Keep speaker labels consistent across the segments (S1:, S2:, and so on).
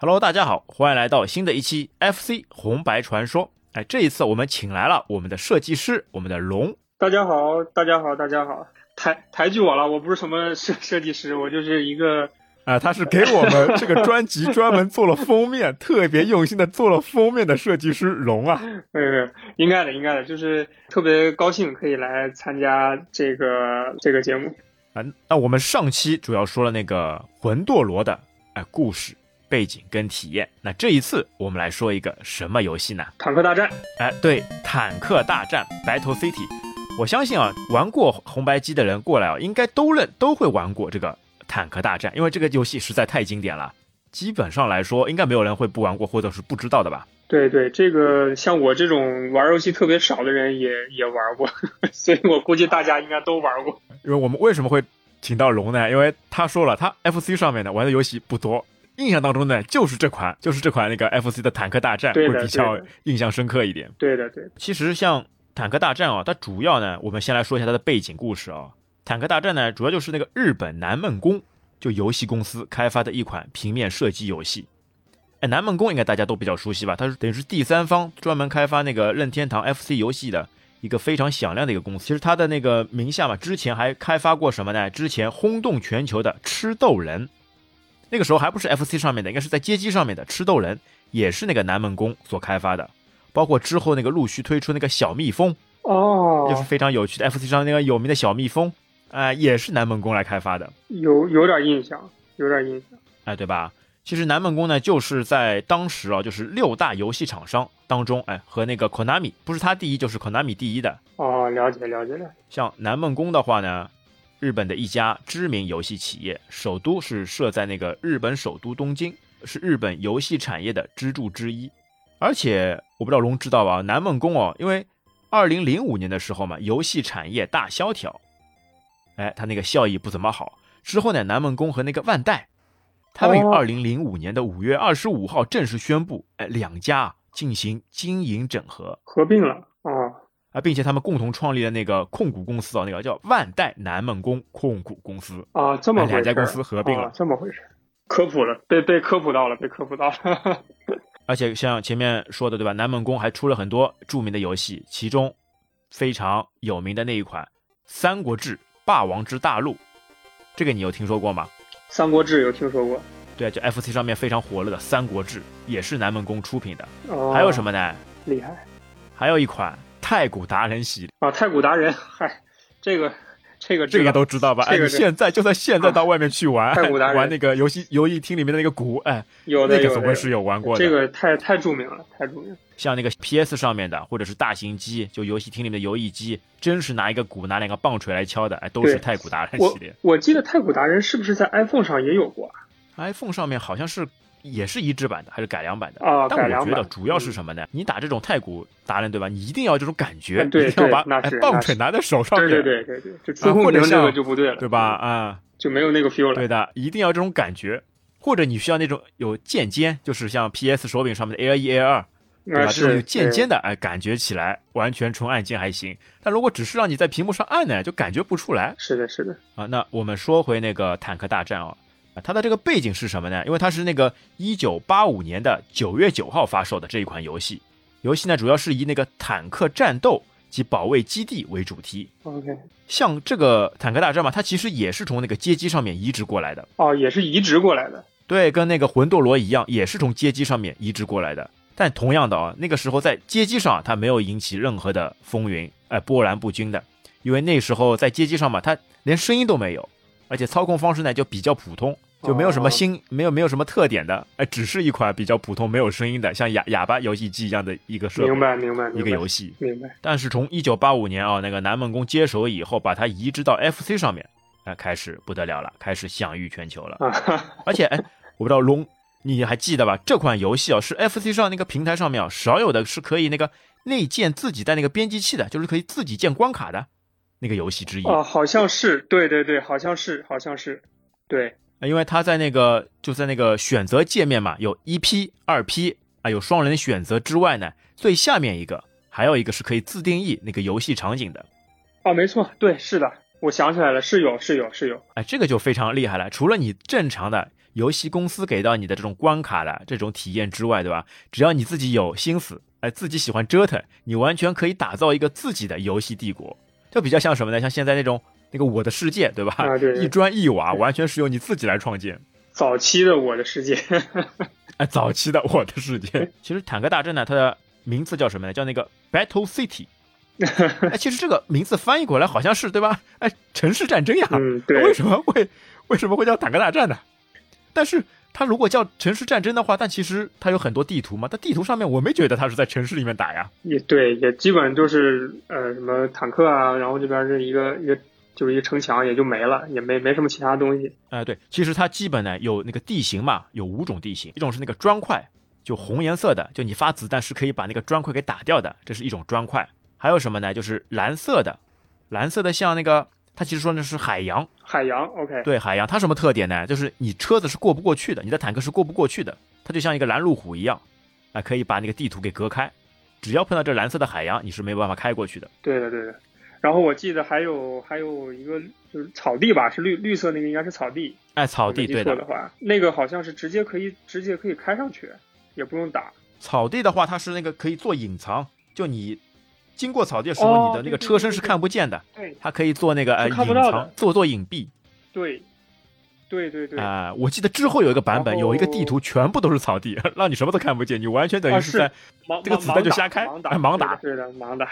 S1: Hello，大家好，欢迎来到新的一期 FC 红白传说。哎，这一次我们请来了我们的设计师，我们的龙。
S2: 大家好，大家好，大家好，抬抬举我了，我不是什么 设设计师，我就是一个
S1: 啊，他是给我们这个专辑专门做了封面， 特别用心的做了封面的设计师龙啊。
S2: 呃，应该的，应该的，就是特别高兴可以来参加这个这个节目。
S1: 啊，那我们上期主要说了那个魂斗罗的哎故事背景跟体验，那这一次我们来说一个什么游戏呢？
S2: 坦克大战，
S1: 哎，对，坦克大战 Battle City，我相信啊，玩过红白机的人过来啊，应该都认都会玩过这个坦克大战，因为这个游戏实在太经典了，基本上来说应该没有人会不玩过或者是不知道的吧。
S2: 对对，这个像我这种玩游戏特别少的人也也玩过， 所以我估计大家应该都玩过。
S1: 因为我们为什么会请到龙呢？因为他说了，他 FC 上面呢玩的游戏不多，印象当中呢就是这款，就是这款那个 FC 的坦克大战
S2: 对
S1: 会
S2: 的
S1: 比较
S2: 对的
S1: 印象深刻一点。
S2: 对的，对的，
S1: 其实像坦克大战啊，它主要呢，我们先来说一下它的背景故事啊。坦克大战呢，主要就是那个日本南梦宫就游戏公司开发的一款平面射击游戏。哎，南梦宫应该大家都比较熟悉吧？它是等于是第三方专门开发那个任天堂 FC 游戏的一个非常响亮的一个公司。其实它的那个名下嘛，之前还开发过什么呢？之前轰动全球的吃豆人，那个时候还不是 FC 上面的，应该是在街机上面的吃豆人，也是那个南梦宫所开发的。包括之后那个陆续推出那个小蜜蜂，
S2: 哦，
S1: 就是非常有趣的 FC 上那个有名的小蜜蜂，啊、也是南梦宫来开发的，
S2: 有有点印象，有点印象。
S1: 哎、对吧？其实南梦宫呢，就是在当时啊，就是六大游戏厂商当中，哎、和那个 Konami 不是它第一，就是 Konami 第一的。
S2: 哦，了解了解了解。
S1: 像南梦宫的话呢，日本的一家知名游戏企业，首都是设在那个日本首都东京，是日本游戏产业的支柱之一。而且我不知道龙知道吧，南梦宫哦，因为二零零五年的时候嘛，游戏产业大萧条，哎，它那个效益不怎么好。之后呢，南梦宫和那个万代，他们于
S2: 哦
S1: 二零零五年的五月二十五号正式宣布，哎，两家进行经营整合。
S2: 合并了。哦，
S1: 啊，并且他们共同创立了那个控股公司啊，那个叫万代南梦宫控股公司，
S2: 啊，这么
S1: 哎
S2: 回事儿。
S1: 两家公司合并了
S2: 哦这么回事儿。科普了，被被科普到了，被科普到了。
S1: 而且像前面说的对吧，南梦宫还出了很多著名的游戏，其中非常有名的那一款《三国志：霸王之大陆》，这个你有听说过吗？
S2: 三国志有听说过？
S1: 对，啊就 FC 上面非常火热的《三国志》，也是南梦宫出品的。
S2: 哦，
S1: 还有什
S2: 么
S1: 么呢？
S2: 厉害
S1: 还有一款太古达人系列，
S2: 啊？太古达人，嗨，这个这个
S1: 这
S2: 知
S1: 个
S2: 道
S1: 都知道吧？哎，
S2: 这个
S1: 你现在就算现在到外面去玩，
S2: 太古达人
S1: 玩那个游戏游戏厅里面的那个鼓，哎，
S2: 有的
S1: 那个
S2: 有
S1: 总
S2: 的
S1: 归是有玩过的。
S2: 这个太太著名了，太著名了。
S1: 像那个 PS 上面的，或者是大型机，就游戏厅里面的游戏机，真是拿一个鼓，拿两个棒槌来敲的，哎，都是
S2: 对
S1: 太古达人
S2: 我
S1: 系列。
S2: 我记得太古达人是不是在 iPhone 上也有过啊
S1: iPhone 上面好像是也是一制版的，还是改良版的？
S2: 啊？
S1: 但
S2: 改
S1: 我
S2: 良
S1: 觉
S2: 版
S1: 得主要是
S2: 嗯
S1: 什么呢？你打这种太古达人，对吧？你一定要这种感觉，
S2: 哎对
S1: 一定要把
S2: 对那
S1: 哎
S2: 是
S1: 棒
S2: 那
S1: 槌
S2: 是
S1: 拿在手上面，啊
S2: 对嗯对对对对，就触控
S1: 或者
S2: 屏这个
S1: 像
S2: 就不对了，
S1: 对吧？？啊、
S2: 就没有那个 feel 了
S1: 对。的，一定要这种感觉，或者你需要那种有键尖，就是像 PS 手柄上面的 L 一 L 二，对
S2: 啊
S1: 吧？这种有
S2: 是
S1: 键
S2: 对
S1: 尖的，哎，感觉起来完全纯按键还行。但如果只是让你在屏幕上按呢，就感觉不出来
S2: 是的，是的，
S1: 啊。那我们说回那个坦克大战哦，啊，它的这个背景是什么呢？因为它是那个一九八五年的九月九号发售的这一款游戏，游戏呢主要是以那个坦克战斗及保卫基地为主题。
S2: OK，
S1: 像这个坦克大战嘛，它其实也是从那个街机上面移植过来的，
S2: 哦，也是移植过来的。
S1: 对，跟那个魂斗罗一样，也是从街机上面移植过来的。但同样的啊，那个时候在街机上啊，它没有引起任何的风云，哎、波澜不惊的，因为那时候在街机上嘛，它连声音都没有，而且操控方式呢就比较普通，就没有
S2: 哦
S1: 什么新，没有没有什么特点的，哎、只是一款比较普通没有声音的，像哑哑巴游戏机一样的一个设
S2: 明
S1: 备，
S2: 白，明白，
S1: 一
S2: 明
S1: 个
S2: 白，
S1: 游戏。
S2: 明白。
S1: 但是从一九八五年啊，那个南梦宫接手以后，把它移植到 FC 上面，哎、开始不得了了，开始享誉全球了。
S2: 啊，哈哈
S1: 而且，哎，我不知道龙，你还记得吧？这款游戏啊，是 FC 上那个平台上面啊，少有的是可以那个内建自己带那个编辑器的，就是可以自己建关卡的那个游戏之一。
S2: 哦，好像是，对对对，好像是，好像是，对，
S1: 因为它在那个就在那个选择界面嘛，有一 P、二 P 啊，有双人选择之外呢，最下面一个还有一个是可以自定义那个游戏场景的。
S2: 哦，没错，对，是的，我想起来了，是有，是有，是有，
S1: 哎，这个就非常厉害了。除了你正常的游戏公司给到你的这种关卡的这种体验之外，对吧？只要你自己有心思，哎，自己喜欢折腾，你完全可以打造一个自己的游戏帝国，就比较像什么呢？像现在那种那个《我的世界》，对吧？
S2: 啊对对
S1: 一砖一瓦，完全是由你自己来创建。
S2: 早期的我的世界，
S1: 哎，早期的《我的世界》，其实《坦克大战》呢，它的名字叫什么呢？叫那个 Battle City。哎，其实这个名字翻译过来好像是对吧？哎，城市战争呀。
S2: 嗯，
S1: 为
S2: 对，
S1: 什么会为什么会叫坦克大战呢？但是它如果叫城市战争的话，但其实它有很多地图嘛，但地图上面我没觉得它是在城市里面打呀。
S2: 也对，也基本就是呃什么坦克啊，然后这边是一个一个就是一个城墙，也就没了，也没没什么其他东西。
S1: 哎、对，其实它基本呢有那个地形嘛，有五种地形，一种是那个砖块，就红颜色的，就你发子弹是可以把那个砖块给打掉的，这是一种砖块。还有什么呢？就是蓝色的，蓝色的像那个，它其实说那是海洋，
S2: 海洋，OK，
S1: 对海洋，它什么特点呢？就是你车子是过不过去的，你的坦克是过不过去的，它就像一个拦路虎一样，啊，可以把那个地图给隔开。只要碰到这蓝色的海洋，你是没办法开过去的。
S2: 对的对的。然后我记得还有还有一个就是草地吧，是绿绿色那个应该是草地，
S1: 哎，草地，
S2: 没
S1: 对
S2: 记错
S1: 的，
S2: 的话，那个好像是直接可以直接可以开上去，也不用打。
S1: 草地的话，它是那个可以做隐藏，就你经过草地的时
S2: 哦
S1: 候，你的那个
S2: 对对
S1: 车身是
S2: 对对
S1: 看不见的，
S2: 对
S1: 它可以做那个呃
S2: 是看不
S1: 隐
S2: 到的
S1: 藏，做做隐蔽
S2: 对，对对对，
S1: 啊、我记得之后有一个版本，
S2: 然后
S1: 有一个地图全部都是草地， 让你什么都看不见，你完全等
S2: 啊
S1: 于是
S2: 是
S1: 在
S2: 盲
S1: 这个
S2: 盲
S1: 子弹就
S2: 盲打
S1: 瞎开
S2: 盲打
S1: 哎盲打
S2: 对的对的盲打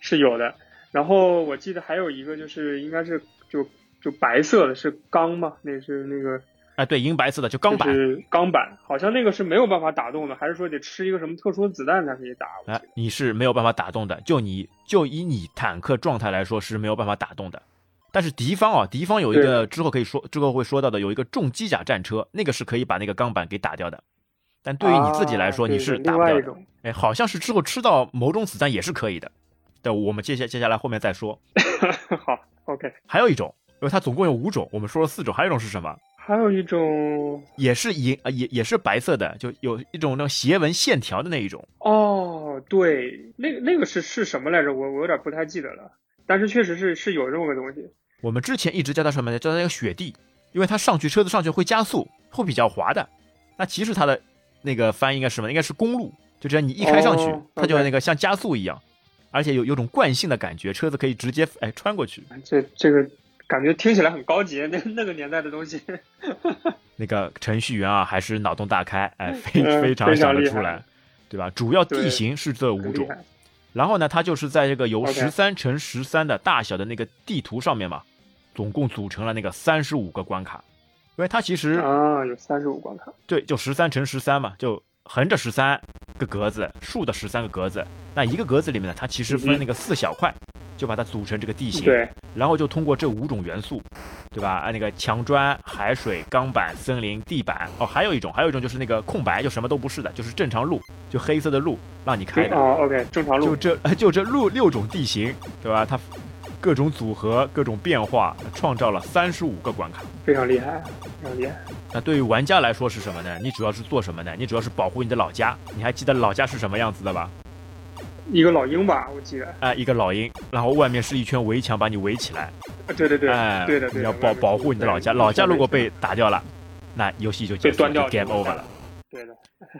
S2: 是有的。然后我记得还有一个就是应该是就就白色的是钢嘛，那是那个
S1: 哎、对银白色的就钢板
S2: 就，是钢板，好像那个是没有办法打动的，还是说得吃一个什么特殊的子弹才可以打？我
S1: 啊
S2: 记得，
S1: 你是没有办法打动的。就你就以你坦克状态来说是没有办法打动的。但是敌方啊，敌方有一个之后可以说之后会说到的，有一个重机甲战车，那个是可以把那个钢板给打掉的。但对于你自己来说，
S2: 啊
S1: 你
S2: 对
S1: 是
S2: 对
S1: 打
S2: 另
S1: 不
S2: 外
S1: 掉
S2: 一
S1: 的。
S2: 种。
S1: 哎，好像是之后吃到某种子弹也是可以的。对，我们接下接下来后面再说。
S2: 好，OK。
S1: 还有一种，因为它总共有五种，我们说了四种，还有一种是什么？
S2: 还有一种
S1: 也是银啊，也也是白色的，就有一种那种斜纹线条的那一种。
S2: 哦，对，那个那个是是什么来着？我我有点不太记得了，但是确实是是有这么个东西。
S1: 我们之前一直叫它什么呢？叫它那个雪地，因为它上去车子上去会加速，会比较滑的。那其实它的那个翻译应该是什么？应该是公路，就这样你一开上去，
S2: 哦
S1: 它就那个像加速一样，而且有有种惯性的感觉，车子可以直接哎穿过去。
S2: 这这个感觉听起来很高级，那那个年代的东西。
S1: 那个程序员啊，还是脑洞大开，哎， 非
S2: 嗯
S1: 非常
S2: 非常
S1: 想得
S2: 厉
S1: 出
S2: 害
S1: 来，对吧？主要地
S2: 对
S1: 形是这五
S2: 很
S1: 种
S2: 厉，害。
S1: 然后呢，它就是在这个由
S2: OK
S1: 十三乘十三的大小的那个地图上面嘛，总共组成了那个三十五个关卡，因为它其实
S2: 啊，有三十五关卡。
S1: 对，就十三乘十三嘛，就横着十三个格子，竖的十三个格子。那一个格子里面呢，它其实
S2: 嗯
S1: 分
S2: 哼
S1: 那个四小块，就把它组成这个地形。
S2: 对，
S1: 然后就通过这五种元素，对吧？啊，那个墙砖、海水、钢板、森林、地板。哦，还有一种，还有一种就是那个空白，就什么都不是的，就是正常路，就黑色的路让你开的。
S2: 哦，OK，正常
S1: 就
S2: 路。
S1: 这 就这六六种地形，对吧？它各种组合、各种变化，创造了三十五个关卡。
S2: 非常厉害，非常厉害。
S1: 那对于玩家来说是什么呢？你主要是做什么呢？你主要是保护你的老家。你还记得老家是什么样子的吧？
S2: 一个老鹰吧，我记得。
S1: 哎、一个老鹰，然后外面是一圈围墙把你围起来。
S2: 啊对对对，
S1: 哎、
S2: 对的对的。
S1: 你要
S2: 外
S1: 保
S2: 面
S1: 保护你的
S2: 对
S1: 老家。
S2: 一
S1: 老
S2: 条
S1: 家如
S2: 围
S1: 果
S2: 起
S1: 被打掉了，那游戏就结
S2: 被
S1: 束，
S2: 端掉
S1: 就 game
S2: 就完
S1: over
S2: 蛋
S1: 了。
S2: 来对的，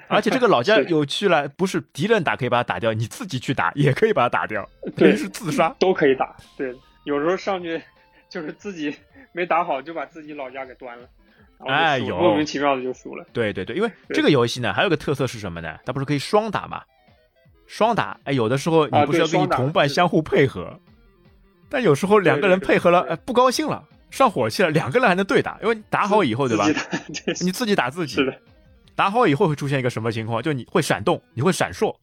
S1: 而且这个老家
S2: 是
S1: 有趣了，不是敌人打可以把它打掉，你自己去打也可以把它打掉，等于
S2: 对
S1: 是自杀。
S2: 都可以打。对，有时候上去就是自己没打好，就把自己老家给端了。然
S1: 哎
S2: 后就输了
S1: 有
S2: 莫名其妙的就输了。
S1: 对对对，因为
S2: 对
S1: 这个游戏呢，还有个特色是什么呢？它不是可以双打嘛？双打，哎，有的时候你
S2: 啊
S1: 不是
S2: 对
S1: 要跟你
S2: 双打
S1: 同伴
S2: 是
S1: 相互配合，但有时候两个人
S2: 对对
S1: 配合了，
S2: 对
S1: 哎，不高兴了，上火气了，两个人还能对打，因为你打好以后，对吧
S2: 自？己打 对
S1: 你自己打自己，
S2: 是的，
S1: 打好以后会出现一个什么情况？就你会闪动，你会闪烁，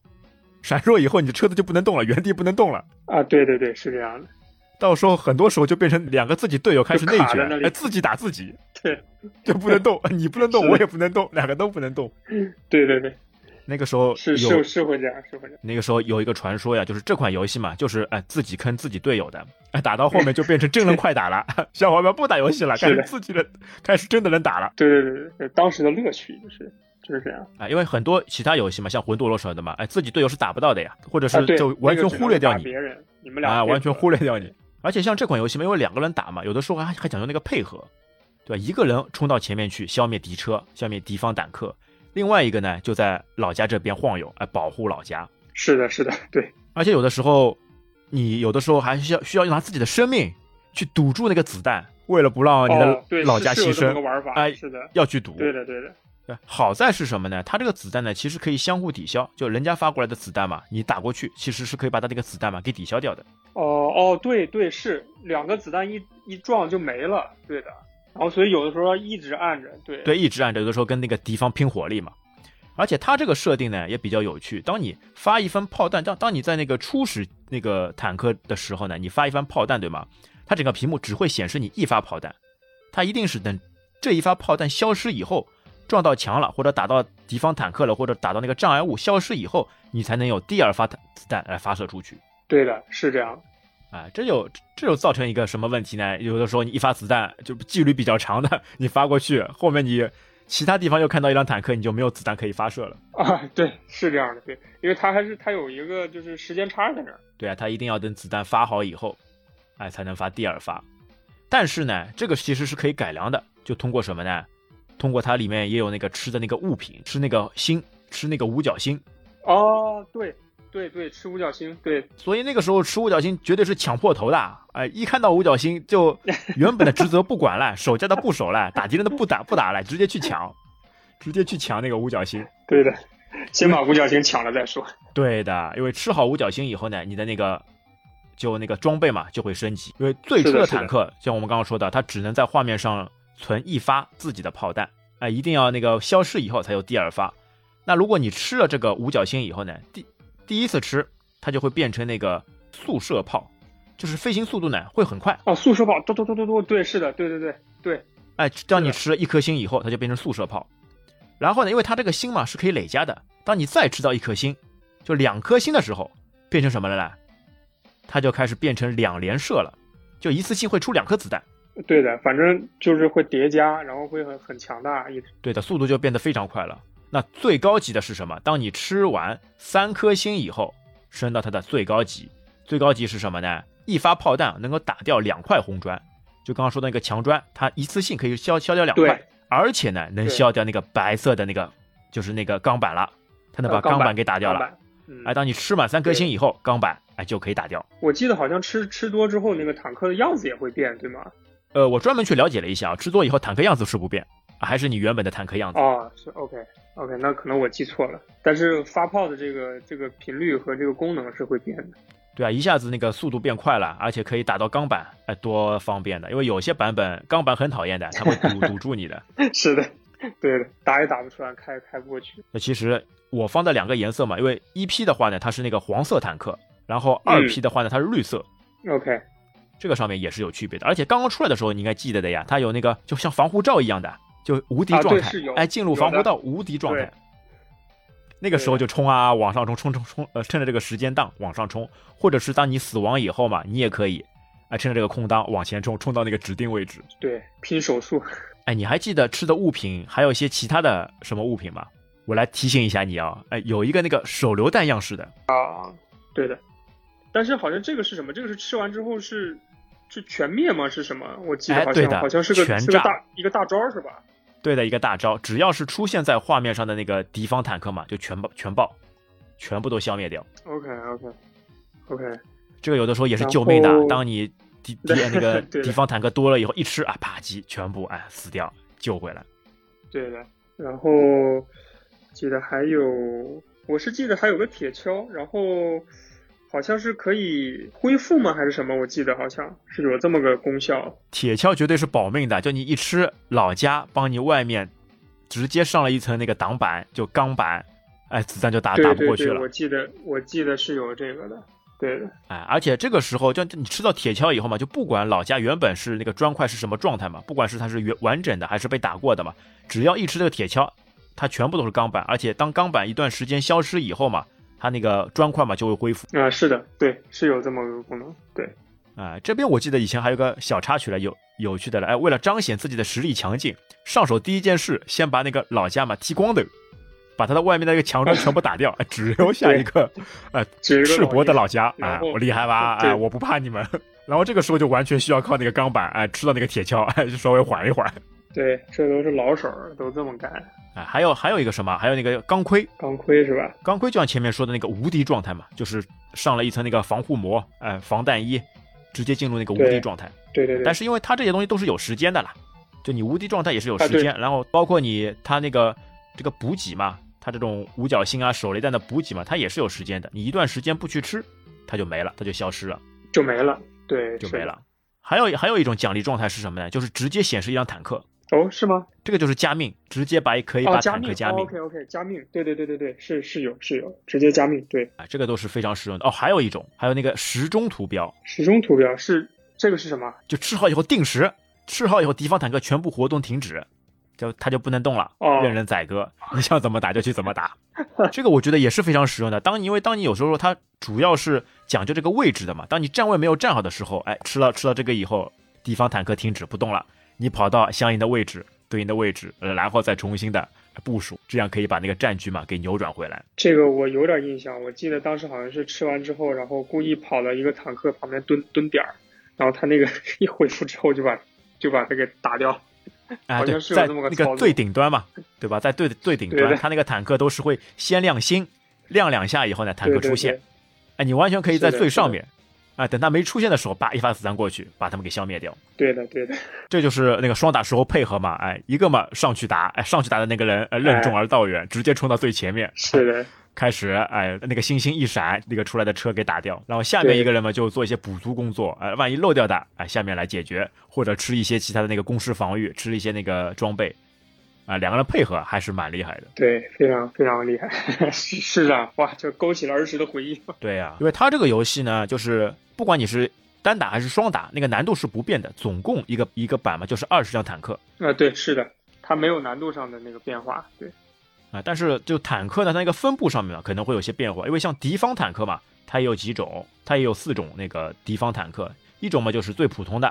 S1: 闪烁以后你的车子就不能动了，原地不能动了。
S2: 啊，对对对，是这样的，
S1: 到时候很多时候就变成两个自己队友开始内
S2: 就卡在
S1: 卷
S2: 那，里
S1: 哎，自己打自己，
S2: 对
S1: 就不能 动，你不能动，
S2: 是的
S1: 我也不能动，两个都不能动。
S2: 对对对，
S1: 那个时候
S2: 是
S1: 有
S2: 是是会这样，是会这样，
S1: 那个时候有一个传说呀，就是这款游戏嘛，就是哎、自己坑自己队友的，哎打到后面就变成真人快打了， 小伙伴不打游戏了，开
S2: 是
S1: 始
S2: 的
S1: 自己的开始真的人打了
S2: 对对对对，当时的乐趣就是就是这样，
S1: 啊、因为很多其他游戏嘛，像魂斗罗什么的嘛，哎、自己队友是打不到的呀，或者
S2: 啊
S1: 是
S2: 对，
S1: 就完
S2: 那
S1: 全
S2: 个只
S1: 忽略
S2: 能
S1: 掉
S2: 打
S1: 你
S2: 别人，你们
S1: 啊、
S2: 俩
S1: 完全忽略掉你。而且像这款游戏嘛，因为两个人打嘛，有的时候还还讲究那个配合，对吧？一个人冲到前面去消灭敌车，消灭敌方坦克，另外一个呢就在老家这边晃悠，哎，保护老家。
S2: 是的，是的， 对，
S1: 而且有的时候，你有的时候还需要需要拿自己的生命去堵住那个子弹，为了不让你
S2: 哦，
S1: 的
S2: 对，
S1: 老家
S2: 是是有
S1: 牺
S2: 这么
S1: 牲，
S2: 个玩法，
S1: 哎
S2: 是的，
S1: 要去堵。
S2: 对的，对的，
S1: 对，好在是什么呢？它这个子弹呢，其实可以相互抵消，就人家发过来的子弹嘛，你打过去，其实是可以把它那个子弹嘛给抵消掉的。
S2: 哦哦，对对，是两个子弹一一撞就没了，对的。然后所以有的时候一直按着，对，
S1: 对，一直按着，有的时候跟那个敌方拼火力嘛。而且它这个设定呢也比较有趣，当你发一发炮弹，当当你在那个初始那个坦克的时候呢，你发一发炮弹，对吗？它整个屏幕只会显示你一发炮弹，它一定是等这一发炮弹消失以后，撞到墙了，或者打到敌方坦克了，或者打到那个障碍物消失以后，你才能有第二发子弹呃来发射出去。
S2: 对的，是这样。
S1: 啊，这就这就造成一个什么问题呢？有的时候你一发子弹就距离比较长的，你发过去，后面你其他地方又看到一辆坦克，你就没有子弹可以发射了。
S2: 啊，对，是这样的，对，因为它还是它有一个就是时间差在那儿，
S1: 对啊，他一定要等子弹发好以后，哎，才能发第二发。但是呢，这个其实是可以改良的，就通过什么呢？通过它里面也有那个吃的那个物品，吃那个心，吃那个五角星。
S2: 哦，对对对，吃五角星，对
S1: 所以那个时候吃五角星绝对是抢破头的，哎、一看到五角星就原本的职责不管了，守家的不守了，打敌人的不打不打了，直接去抢，直接去抢那个五角星。
S2: 对的，先把五角星抢了再说。
S1: 对的，因为吃好五角星以后呢，你的那个就那个装备嘛就会升级。因为最初
S2: 是的是的
S1: 坦克，像我们刚刚说的，它只能在画面上存一发自己的炮弹，哎，一定要那个消失以后才有第二发。那如果你吃了这个五角星以后呢，第第一次吃它就会变成那个速射炮，就是飞行速度呢会很快。
S2: 哦，速射炮，嘟嘟嘟嘟嘟，对，是的，对对对对，
S1: 哎，当你
S2: 是的
S1: 吃了一颗星以后，它就变成速射炮。然后呢，因为它这个星嘛是可以累加的，当你再吃到一颗星，就两颗星的时候，变成什么了呢？它就开始变成两连射了，就一次性会出两颗子弹。
S2: 对的，反正就是会叠加，然后会很很强大，一直
S1: 对的，速度就变得非常快了。那最高级的是什么？当你吃完三颗星以后，升到它的最高级。最高级是什么呢？一发炮弹能够打掉两块红砖，就刚刚说的那个墙砖，它一次性可以消消掉两块
S2: 对，
S1: 而且呢能
S2: 对
S1: 消掉那个白色的那个就是那个钢板了，它能把
S2: 呃钢板
S1: 板给打掉
S2: 打
S1: 了。
S2: 板。嗯，
S1: 哎，当你吃满三颗星以后，钢板哎就可以打掉。
S2: 我记得好像吃吃多之后，那个坦克的样子也会变，对吗？
S1: 呃，我专门去了解了一下啊，制作以后坦克样子是不变，啊还是你原本的坦克样子。
S2: 哦，是 OK OK，那可能我记错了，但是发炮的这个这个频率和这个功能是会变的。
S1: 对啊，一下子那个速度变快了，而且可以打到钢板，哎，多方便的。因为有些版本钢板很讨厌的，它会堵堵住你的。
S2: 是的， 对的，打也打不出来，开也开不过去。
S1: 那其实我放的两个颜色嘛，因为一 P 的话呢，它是那个黄色坦克，然后二 P 的话呢，它是绿色，
S2: OK，
S1: 这个上面也是有区别的。而且刚刚出来的时候，你应该记得的呀，它有那个就像防护罩一样的，就无敌
S2: 啊
S1: 状
S2: 对
S1: 态
S2: 是，有
S1: 哎，进入
S2: 有
S1: 防护
S2: 的
S1: 罩无敌状态
S2: 对。
S1: 那个时候就
S2: 对
S1: 冲啊，往上冲，冲冲冲，呃，趁着这个时间档往上冲，或者是当你死亡以后嘛，你也可以，啊、趁着这个空档往前冲，冲到那个指定位置。
S2: 对，拼手速。
S1: 哎，你还记得吃的物品还有一些其他的什么物品吗？我来提醒一下你啊，哎，有一个那个手榴弹样式的，
S2: 对的，但是好像这个是什么？这个是吃完之后是是全灭吗？是什么？我记得
S1: 哎
S2: 好
S1: 对
S2: 像、
S1: 的
S2: 好像是个
S1: 全
S2: 是个
S1: 炸
S2: 大一个大招是吧？
S1: 对的一个大招，只要是出现在画面上的那个敌方坦克嘛，就全爆全爆，全部都消灭掉。
S2: OK OK OK，
S1: 这个有的时候也是救命的啊
S2: 然后，
S1: 当你 敌敌那个
S2: 对的
S1: 敌方坦克多了以后，一吃啊，啪叽，全部哎死掉，救回来。
S2: 对的。然后记得还有，我是记得还有个铁锹，然后好像是可以恢复吗？还是什么？我记得好像是有这么个功效。
S1: 铁锹绝对是保命的，就你一吃，老家帮你外面直接上了一层那个挡板，就钢板，哎，子弹就打打
S2: 对
S1: 不
S2: 对
S1: 过去
S2: 对，
S1: 了
S2: 我。记得我记得是有这个的。对的，
S1: 哎，而且这个时候，就你吃到铁锹以后嘛，就不管老家原本是那个砖块是什么状态嘛，不管是它是原完整的还是被打过的嘛，只要一吃这个铁锹，它全部都是钢板，而且当钢板一段时间消失以后嘛，它那个砖块嘛就会恢复。
S2: 啊、是的，对，是有这么个功能。对，
S1: 啊、这边我记得以前还有个小插曲了，有有趣的了。哎，为了彰显自己的实力强劲，上手第一件事先把那个老家嘛踢光的，把它的外面的那个墙砖全部打掉，哎只留下一个哎
S2: 只有一个
S1: 赤膊的
S2: 老
S1: 老家
S2: 然
S1: 啊，
S2: 后
S1: 我厉害吧？
S2: 对
S1: 哎，我不怕你们。然后这个时候就完全需要靠那个钢板，哎，吃到那个铁锹，哎，就稍微缓一缓。
S2: 对，这都是老手儿，都这么干。
S1: 啊，还有还有一个什么？还有那个钢盔，
S2: 钢盔是吧？
S1: 钢盔就像前面说的那个无敌状态嘛，就是上了一层那个防护膜，哎、防弹衣，直接进入那个无敌
S2: 对
S1: 状态。
S2: 对对对
S1: 但，是因为它这些东西都是有时间的啦，就你无敌状态也是有
S2: 啊
S1: 时间，然后包括你它那个这个补给嘛，它这种五角星啊、手雷弹的补给嘛，它也是有时间的，你一段时间不去吃，它就没了，它就消失了，
S2: 就没了。对，
S1: 就是
S2: 的
S1: 没了。还有还有一种奖励状态是什么呢？就是直接显示一辆坦克，
S2: 哦，是吗？
S1: 这个就是加命，直接把可以
S2: 哦，
S1: 把
S2: 加
S1: 坦
S2: 命
S1: 克加命、
S2: ，OK OK，加命，对对对对对，是是有是有，直接加命，对，
S1: 啊，这个都是非常实用的。哦，还有一种，还有那个时钟图标，
S2: 时钟图标是这个是什么？
S1: 就吃好以后定时，吃好以后敌方坦克全部活动停止，就它就不能动了，
S2: 哦
S1: 任人宰割，你想怎么打就去怎么打。这个我觉得也是非常实用的。当你因为当你有时候它主要是讲究这个位置的嘛，当你站位没有站好的时候，哎，吃了吃了这个以后，敌方坦克停止不动了，你跑到相应的位置，对应的位置，呃然后再重新的部署，这样可以把那个战局嘛给扭转回来。
S2: 这个我有点印象，我记得当时好像是吃完之后，然后故意跑到一个坦克旁边蹲蹲点儿，然后他那个 一恢复之后就把就把他给打掉。
S1: 啊，
S2: 好
S1: 对，
S2: 像是有
S1: 在
S2: 这么个
S1: 那
S2: 操
S1: 个
S2: 作
S1: 最顶端嘛，对吧？在最最顶
S2: 对
S1: 端，
S2: 对
S1: 它那个坦克都是会先亮星，亮两下以后呢，坦克
S2: 对对
S1: 出现。
S2: 对
S1: 哎，你完全可以
S2: 是
S1: 在
S2: 的
S1: 最
S2: 是
S1: 上
S2: 的
S1: 面，啊，等它没出现的时候，叭一发子弹过去，把他们给消灭掉。
S2: 对的对的，
S1: 这就是那个双打时候配合嘛，哎，一个嘛上去打，哎，上去打的那个人呃任
S2: 哎
S1: 重而道远，直接冲到最前面，
S2: 是的，
S1: 开始哎那个星星一闪，那个出来的车给打掉，然后下面
S2: 对
S1: 一个人嘛就做一些补足工作，哎，万一漏掉的，哎，下面来解决，或者吃一些其他的那个攻势防御，吃一些那个装备，啊，两个人配合还是蛮厉害的。
S2: 对，非常非常厉害， 是是啊，哇，就勾起了儿时的回忆。
S1: 对啊呀、因为它这个游戏呢，就是不管你是单打还是双打，那个难度是不变的，总共一个一个版嘛就是二十辆坦克。
S2: 啊、对，是的，它没有难度上的那个变化，对，
S1: 啊，但是就坦克呢，它那个分布上面啊，可能会有些变化，因为像敌方坦克嘛，它也有几种，它也有四种那个敌方坦克，一种嘛就是最普通的，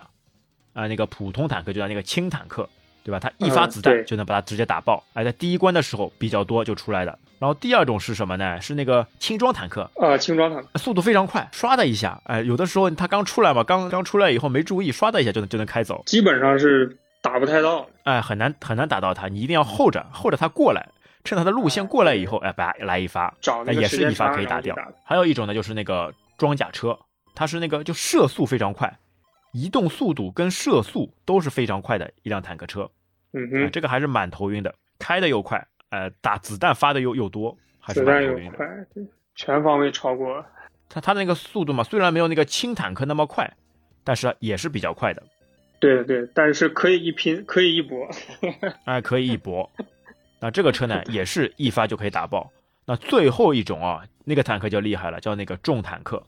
S1: 啊，那个普通坦克就叫那个轻坦克，对吧？它一发
S2: 嗯
S1: 子弹
S2: 对
S1: 就能把它直接打爆，哎，在第一关的时候比较多就出来的。然后第二种是什么呢？是那个轻装坦克，
S2: 啊、轻装坦克，
S1: 速度非常快，唰的一下，哎，有的时候它刚出来嘛，刚刚出来以后没注意，唰的一下就能就能开走，
S2: 基本上是打不太到，
S1: 哎，很难很难打到它，你一定要候着候着它过来，趁它的路线过来以后，哎，把来一发，
S2: 找
S1: 哎
S2: 那
S1: 也
S2: 个
S1: 是
S2: 时间
S1: 一
S2: 差
S1: 发可以
S2: 然后
S1: 打
S2: 就
S1: 掉
S2: 打。
S1: 还有一种呢，就是那个装甲车，它是那个就射速非常快，移动速度跟射速都是非常快的一辆坦克车，
S2: 嗯
S1: 哎
S2: 哼，
S1: 这个还是蛮头晕的，开的又快，呃，打子弹发的又又多，啊还是
S2: 子
S1: 蛮
S2: 弹
S1: 头
S2: 又
S1: 晕的。
S2: 快，对全方位超过。
S1: 它它的那个速度嘛，虽然没有那个轻坦克那么快，但是也是比较快的，
S2: 对对，但是可以一拼，可以 一搏。
S1: 哎，可以一 搏。那这个车呢，也是一发就可以打爆。那最后一种啊，那个坦克就厉害了，叫那个重坦克，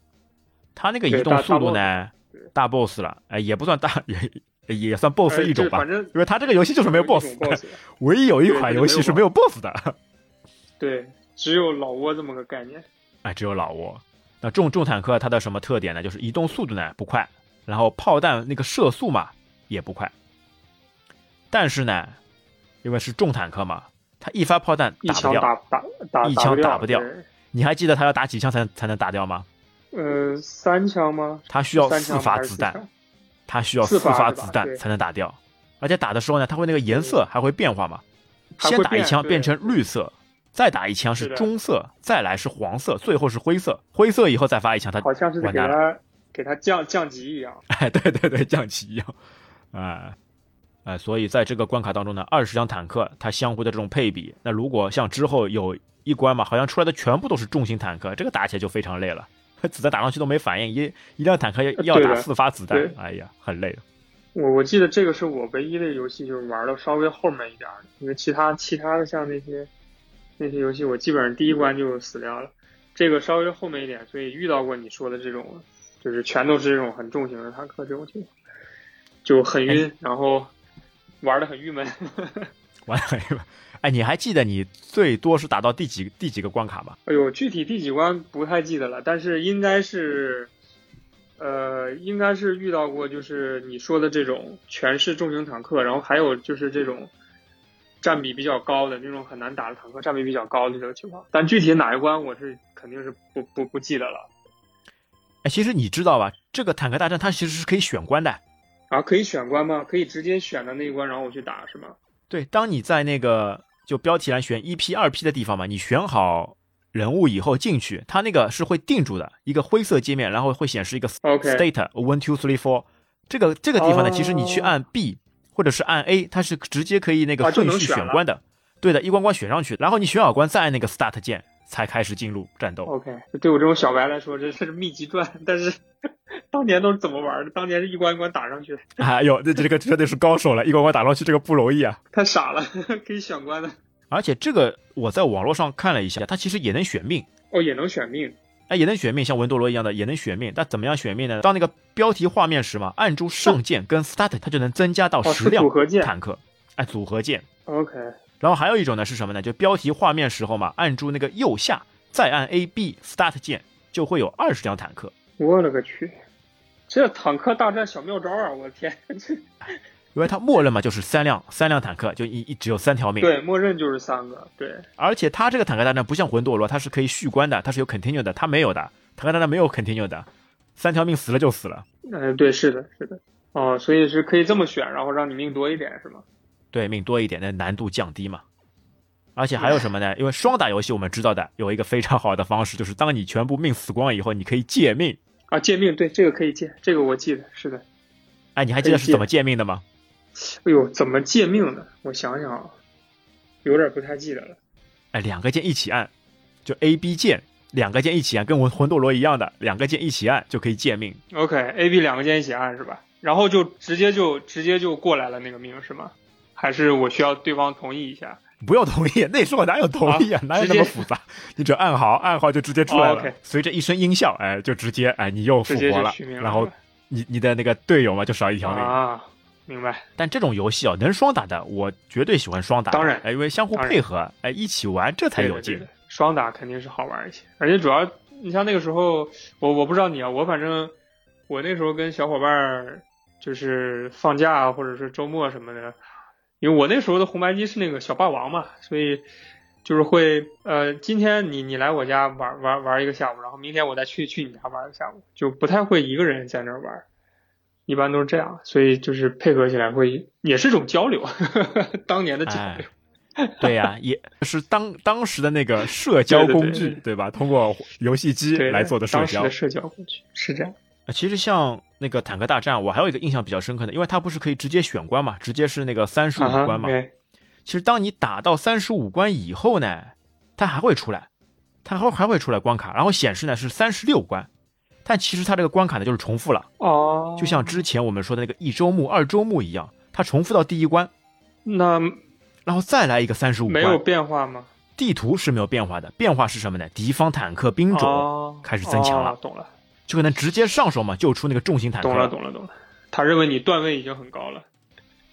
S1: 它那个移
S2: 对
S1: 动
S2: 大
S1: 速度呢，大 boss 了，哎，也不算大， 也也算 boss
S2: 哎
S1: 一种
S2: 对
S1: 吧，
S2: 反正
S1: 因为它这个游戏就是没有
S2: 有
S1: boss，
S2: 一种 boss，
S1: 唯一有一款
S2: 对
S1: 游戏是没有 boss 的。
S2: 对，只有老挝这么个概念。
S1: 哎，只有老挝。那重重坦克它的什么特点呢？就是移动速度呢不快，然后炮弹那个射速嘛也不快。但是呢，因为是重坦克嘛，它一发炮弹
S2: 一
S1: 打不
S2: 枪
S1: 掉。
S2: 打打打
S1: 一枪打
S2: 打
S1: 不
S2: 不
S1: 掉
S2: 对
S1: 你还记得它要打几枪才能才能打掉吗？
S2: 呃，三枪吗？
S1: 它需要
S2: 三
S1: 四
S2: 枪
S1: 发
S2: 还是
S1: 子
S2: 四
S1: 弹，
S2: 枪
S1: 它需要
S2: 四发
S1: 发
S2: 是吧
S1: 子弹
S2: 对嗯
S1: 才能打掉。而且打的时候呢，它会那个颜色还会变化嘛，
S2: 还
S1: 先
S2: 会
S1: 打一
S2: 变
S1: 枪
S2: 对
S1: 变成绿色，再打一枪是
S2: 是的
S1: 棕色，再来是黄色，最后是灰色。灰色以后再发一枪，它
S2: 好像是给
S1: 完蛋了
S2: 他给他降降级一样。
S1: 哎，对对对，降旗一样，啊、哎、所以在这个关卡当中呢，二十辆坦克它相互的这种配比，那如果像之后有一关嘛，好像出来的全部都是重型坦克，这个打起来就非常累了， 子弹打上去都没反应，一一辆坦克要要
S2: 对
S1: 打
S2: 的
S1: 四发子弹
S2: 对，
S1: 哎呀，很累的。
S2: 我我记得这个是我唯一的游戏，就是玩到稍微后面一点儿的，因为其他其他的像那些那些游戏，我基本上第一关就死掉了。这个稍微后面一点，所以遇到过你说的这种，就是全都是这种很重型的坦克这种情况，就很晕，然后玩的很郁闷。
S1: 完了，哎，你还记得你最多是打到第几第几个关卡吗？
S2: 哎呦，具体第几关不太记得了，但是应该是，呃，应该是遇到过，就是你说的这种全是重型坦克，然后还有就是这种占比比较高的那种很难打的坦克，占比比较高的这种情况。但具体哪一关我是肯定是不不不记得了。
S1: 哎，其实你知道吧，这个坦克大战它其实是可以选关的，
S2: 啊，可以选关吗？可以直接选的那一关，然后我去打是吗？
S1: 对，当你在那个就标题栏选一 P、二 P 的地方嘛，你选好人物以后进去，它那个是会定住的一个灰色界面，然后会显示一个
S2: OK
S1: state one two three four。这个这个地方呢，
S2: 哦
S1: 其实你去按 B 或者是按 A，它是直接可以那
S2: 啊
S1: 个
S2: 就
S1: 顺
S2: 能
S1: 序
S2: 选
S1: 选
S2: 了
S1: 关的。对的，一关关选上去，然后你选好关，再按那个 Start 键，才开始进入战斗。
S2: OK，这对我这种小白来说，这是秘籍传，但是 当年都是怎么玩的？当年是一关一关打上去的，
S1: 哎呦，这这个绝对是高手了，一关关打上去，这个不容易啊！
S2: 太傻了， 可以选关的，
S1: 而且这个我在网络上看了一下，它其实也能选命，
S2: 哦，也能选命
S1: 哎，也能选命，像文多罗一样的也能选命。但怎么样选命呢？当那个标题画面时嘛，按住上键跟 Start，它就能增加到
S2: 哦，
S1: 十
S2: 是
S1: 辆
S2: 组合键
S1: 坦克，哎，组合键。
S2: ，OK，
S1: 然后还有一种呢是什么呢？就标题画面时候嘛，按住那个右下，再按 A B Start 键，就会有二十辆坦克。
S2: 我勒个去，这坦克大战小妙招啊！我 的天，这
S1: 因为它默认嘛就是三辆三辆坦克，就一一只有三条命。
S2: 对，默认就是三个，对，
S1: 而且它这个坦克大战不像魂斗罗，它是可以续关的，它是有 continue 的，它没有的。坦克大战没有 continue 的，三条命死了就死了。
S2: 嗯、对，是的，是的，哦，所以是可以这么选，然后让你命多一点，是吗？
S1: 对命多一点，那难度降低嘛。而且还有什么呢？因为双打游戏我们知道的有一个非常好的方式，就是当你全部命死光以后，你可以借命。
S2: 啊，借命，对，这个可以借，这个我记得，是的。
S1: 哎，你还记得是怎么借命的吗？
S2: 哎呦，怎么借命的？我想想啊，有点不太记得了。
S1: 哎，两个键一起按，就 A B 键，两个键一起按，跟魂魂斗罗一样的，两个键一起按就可以借命。
S2: OK，A、B 两个键一起按是吧？然后就直接就直接就过来了那个命是吗？还是我需要对方同意一下？
S1: 不用同意，那时候哪有同意啊？
S2: 啊
S1: 哪有那
S2: 直
S1: 么
S2: 接
S1: 复杂？你只要按好，按好就直接出来了。
S2: 哦，OK
S1: 随着一声音效，哎，就直接哎，你又复
S2: 直接
S1: 活
S2: 就
S1: 了
S2: 续命，了
S1: 然后你你的那个队友嘛就少一条命。
S2: 啊，明白。
S1: 但这种游戏啊，能双打的，我绝对喜欢双打。
S2: 当然
S1: 哎，因为相互
S2: 当然
S1: 配合，哎，一起玩这才
S2: 对
S1: 有
S2: 的
S1: 劲
S2: 对。的双打肯定是好玩一些，而且主要你像那个时候，我我不知道你啊，我反正我那时候跟小伙伴儿就是放假啊或者是周末什么的，因为我那时候的红白机是那个小霸王嘛，所以就是会呃，今天你你来我家玩玩玩一个下午，然后明天我再去去你家玩一个下午，就不太会一个人在那儿玩。一般都是这样，所以就是配合起来会也是一种交流， 当年的交
S1: 哎
S2: 流。
S1: 对呀、也是当当时的那个社交
S2: 对对对
S1: 工具，
S2: 对对
S1: 吧？通过游戏机
S2: 对
S1: 哎来做的社
S2: 当时
S1: 交
S2: 的。社交工具是这样。
S1: 呃其实像那个坦克大战，我还有一个印象比较深刻的，因为它不是可以直接选关嘛，直接是那个三十五
S2: 啊哈
S1: 关嘛。
S2: 对
S1: 其实当你打到三十五关以后呢，它还会出来，它还还会出来关卡，然后显示呢是三十六关，但其实它这个关卡呢就是重复了。
S2: 哦，
S1: 就像之前我们说的那个一周目、二周目一样，它重复到第一关，
S2: 那
S1: 然后再来一个三十五
S2: 没有
S1: 关。
S2: 变化吗？
S1: 地图是没有变化的，变化是什么呢？敌方坦克兵种、
S2: 哦，
S1: 开始增强了
S2: 哦懂了，
S1: 就可能直接上手嘛，就出那个重型坦克。
S2: 懂了，懂了，懂了。他认为你段位已经很高了，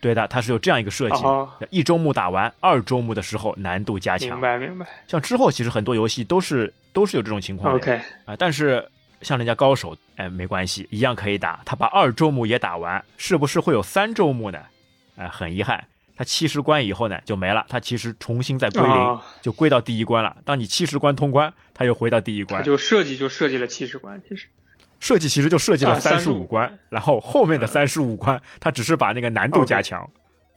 S1: 对的，它是有这样一个设计。
S2: 哦
S1: 一周目打完，二周目的时候难度加
S2: 明
S1: 强。
S2: 白明白。
S1: 像之后其实很多游戏都是都是有这种情况的。
S2: OK，
S1: 啊，但是像人家高手，哎，没关系，一样可以打。他把二周目也打完，是不是会有三周目呢？哎，很遗憾，他七十关以后呢就没了，他其实重新再归零，
S2: 哦
S1: 就归到第一关了。当你七十关通关，他又回到第一
S2: 他
S1: 关。
S2: 就设计就设计了七十关，其实
S1: 设计其实就设计了
S2: 啊
S1: 三十
S2: 35
S1: 五关，然后后面的三十五关，他只是把那个难度加强。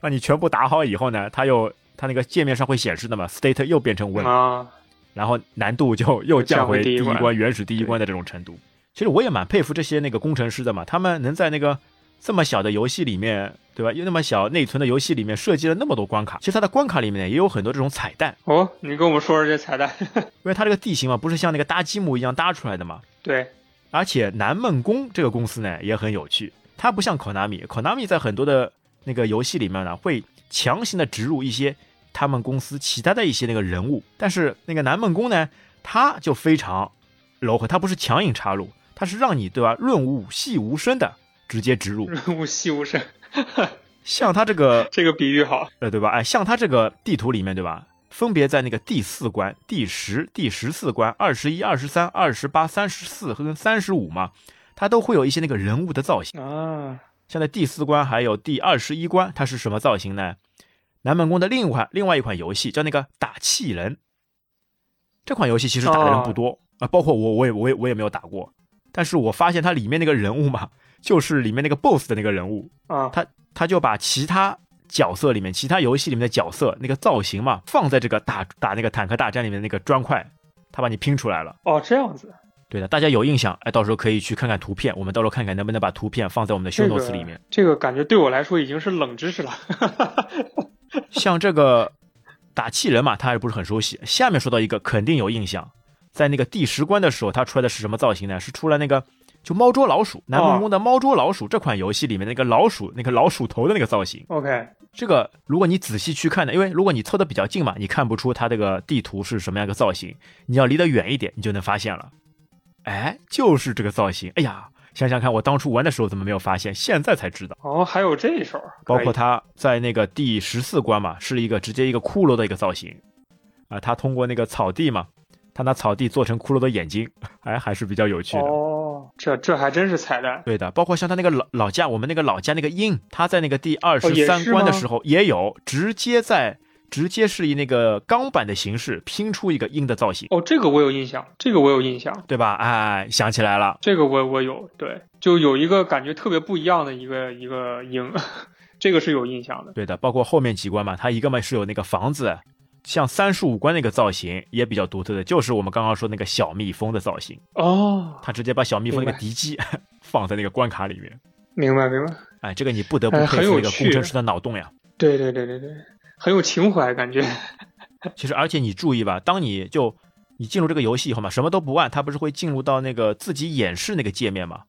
S1: 那你全部打好以后呢，他又他那个界面上会显示的嘛，state 又变成 win，、
S2: 啊，
S1: 然后难度就又降回第一
S2: 降回第一
S1: 关
S2: 关
S1: 原始第一关的这种程度。其实我也蛮佩服这些那个工程师的嘛，他们能在那个这么小的游戏里面，对吧？又那么小内存的游戏里面设计了那么多关卡，其实它的关卡里面呢也有很多这种彩蛋，
S2: 哦，你跟我们说说这彩蛋。
S1: 因为它这个地形嘛不是像那个搭积木一样搭出来的嘛。
S2: 对，
S1: 而且南梦宫这个公司呢也很有趣，它不像 Konami，Konami 在很多的那个游戏里面呢会强行的植入一些他们公司其他的一些那个人物，但是那个南梦宫呢，它就非常柔和，它不是强引插入，它是让你对吧润物细无声的直接植入。
S2: 润物细无声，
S1: 像它这个
S2: 这个比喻好。
S1: 呃对吧，哎，像它这个地图里面对吧，分别在那个第四关、第十、第十四关、二十一、二十三、二十八、三十四和跟三十五嘛，它都会有一些那个人物的造型。
S2: 啊，
S1: 像在第四关还有第二十一关，它是什么造型呢？南梦宫的另一款另外一款游戏叫那个打气人，这款游戏
S2: 哦
S1: 其实打的人不多啊、包括我我也我也我也没有打过，但是我发现它里面那个人物嘛，就是里面那个 BOSS 的那个人物，
S2: 啊，
S1: 他他就把其他角色里面、其他游戏里面的角色那个造型嘛，放在这个打打那个坦克大战里面的那个砖块，他把你拼出来了。
S2: 哦，这样子，
S1: 对的，大家有印象，哎，到时候可以去看看图片，我们到时候看看能不能把图片放在我们的 show
S2: 这
S1: notes
S2: 个
S1: 里面。
S2: 这个感觉对我来说已经是冷知识了。
S1: 像这个打气人嘛，他还不是很熟悉。下面说到一个肯定有印象，在那个第十关的时候，他出来的是什么造型呢？是出来那个就猫捉老鼠，南梦宫的猫捉老鼠这款游戏里面那个老鼠那个老鼠头的那个造型。
S2: OK，
S1: 这个如果你仔细去看呢，因为如果你凑得比较近嘛，你看不出它这个地图是什么样一个造型，你要离得远一点，你就能发现了。哎，就是这个造型。哎呀，想想看，我当初玩的时候怎么没有发现，现在才知道。
S2: 哦，还有这一手，
S1: 包
S2: 可以
S1: 括他在那个第十四关嘛，是一个直接一个骷髅的一个造型啊，他通过那个草地嘛，他拿草地做成骷髅的眼睛，哎，还是比较有趣的。
S2: 哦，这这还真是彩蛋。
S1: 对的，包括像他那个老老家，我们那个老家那个鹰，他在那个第二
S2: 哦
S1: 十
S2: 也
S1: 三
S2: 是
S1: 关的
S2: 吗
S1: 时候也有，直接在直接是以那个钢板的形式拼出一个鹰的造型，
S2: 哦，这个我有印象，这个我有印象，
S1: 对吧？哎，想起来了，
S2: 这个我我有，对，就有一个感觉特别不一样的一个一个鹰， 这个是有印象的。
S1: 对的，包括后面几关嘛，它一个嘛是有那个房子，像三十五关那个造型也比较独特的，就是我们刚刚说那个小蜜蜂的造型。
S2: 哦，
S1: 他直接把小蜜蜂那
S2: 明
S1: 个
S2: 白
S1: 敌机 放在那个关卡里面。
S2: 明白明白，
S1: 哎，这个你不得不
S2: 哎
S1: 佩
S2: 很
S1: 服
S2: 有
S1: 那个
S2: 趣哎
S1: 工程师的脑洞呀。
S2: 对对对对对，很有情怀感觉。
S1: 其实，而且你注意吧，当你就你进入这个游戏以后嘛，什么都不按，它不是会进入到那个自己演示那个界面嘛？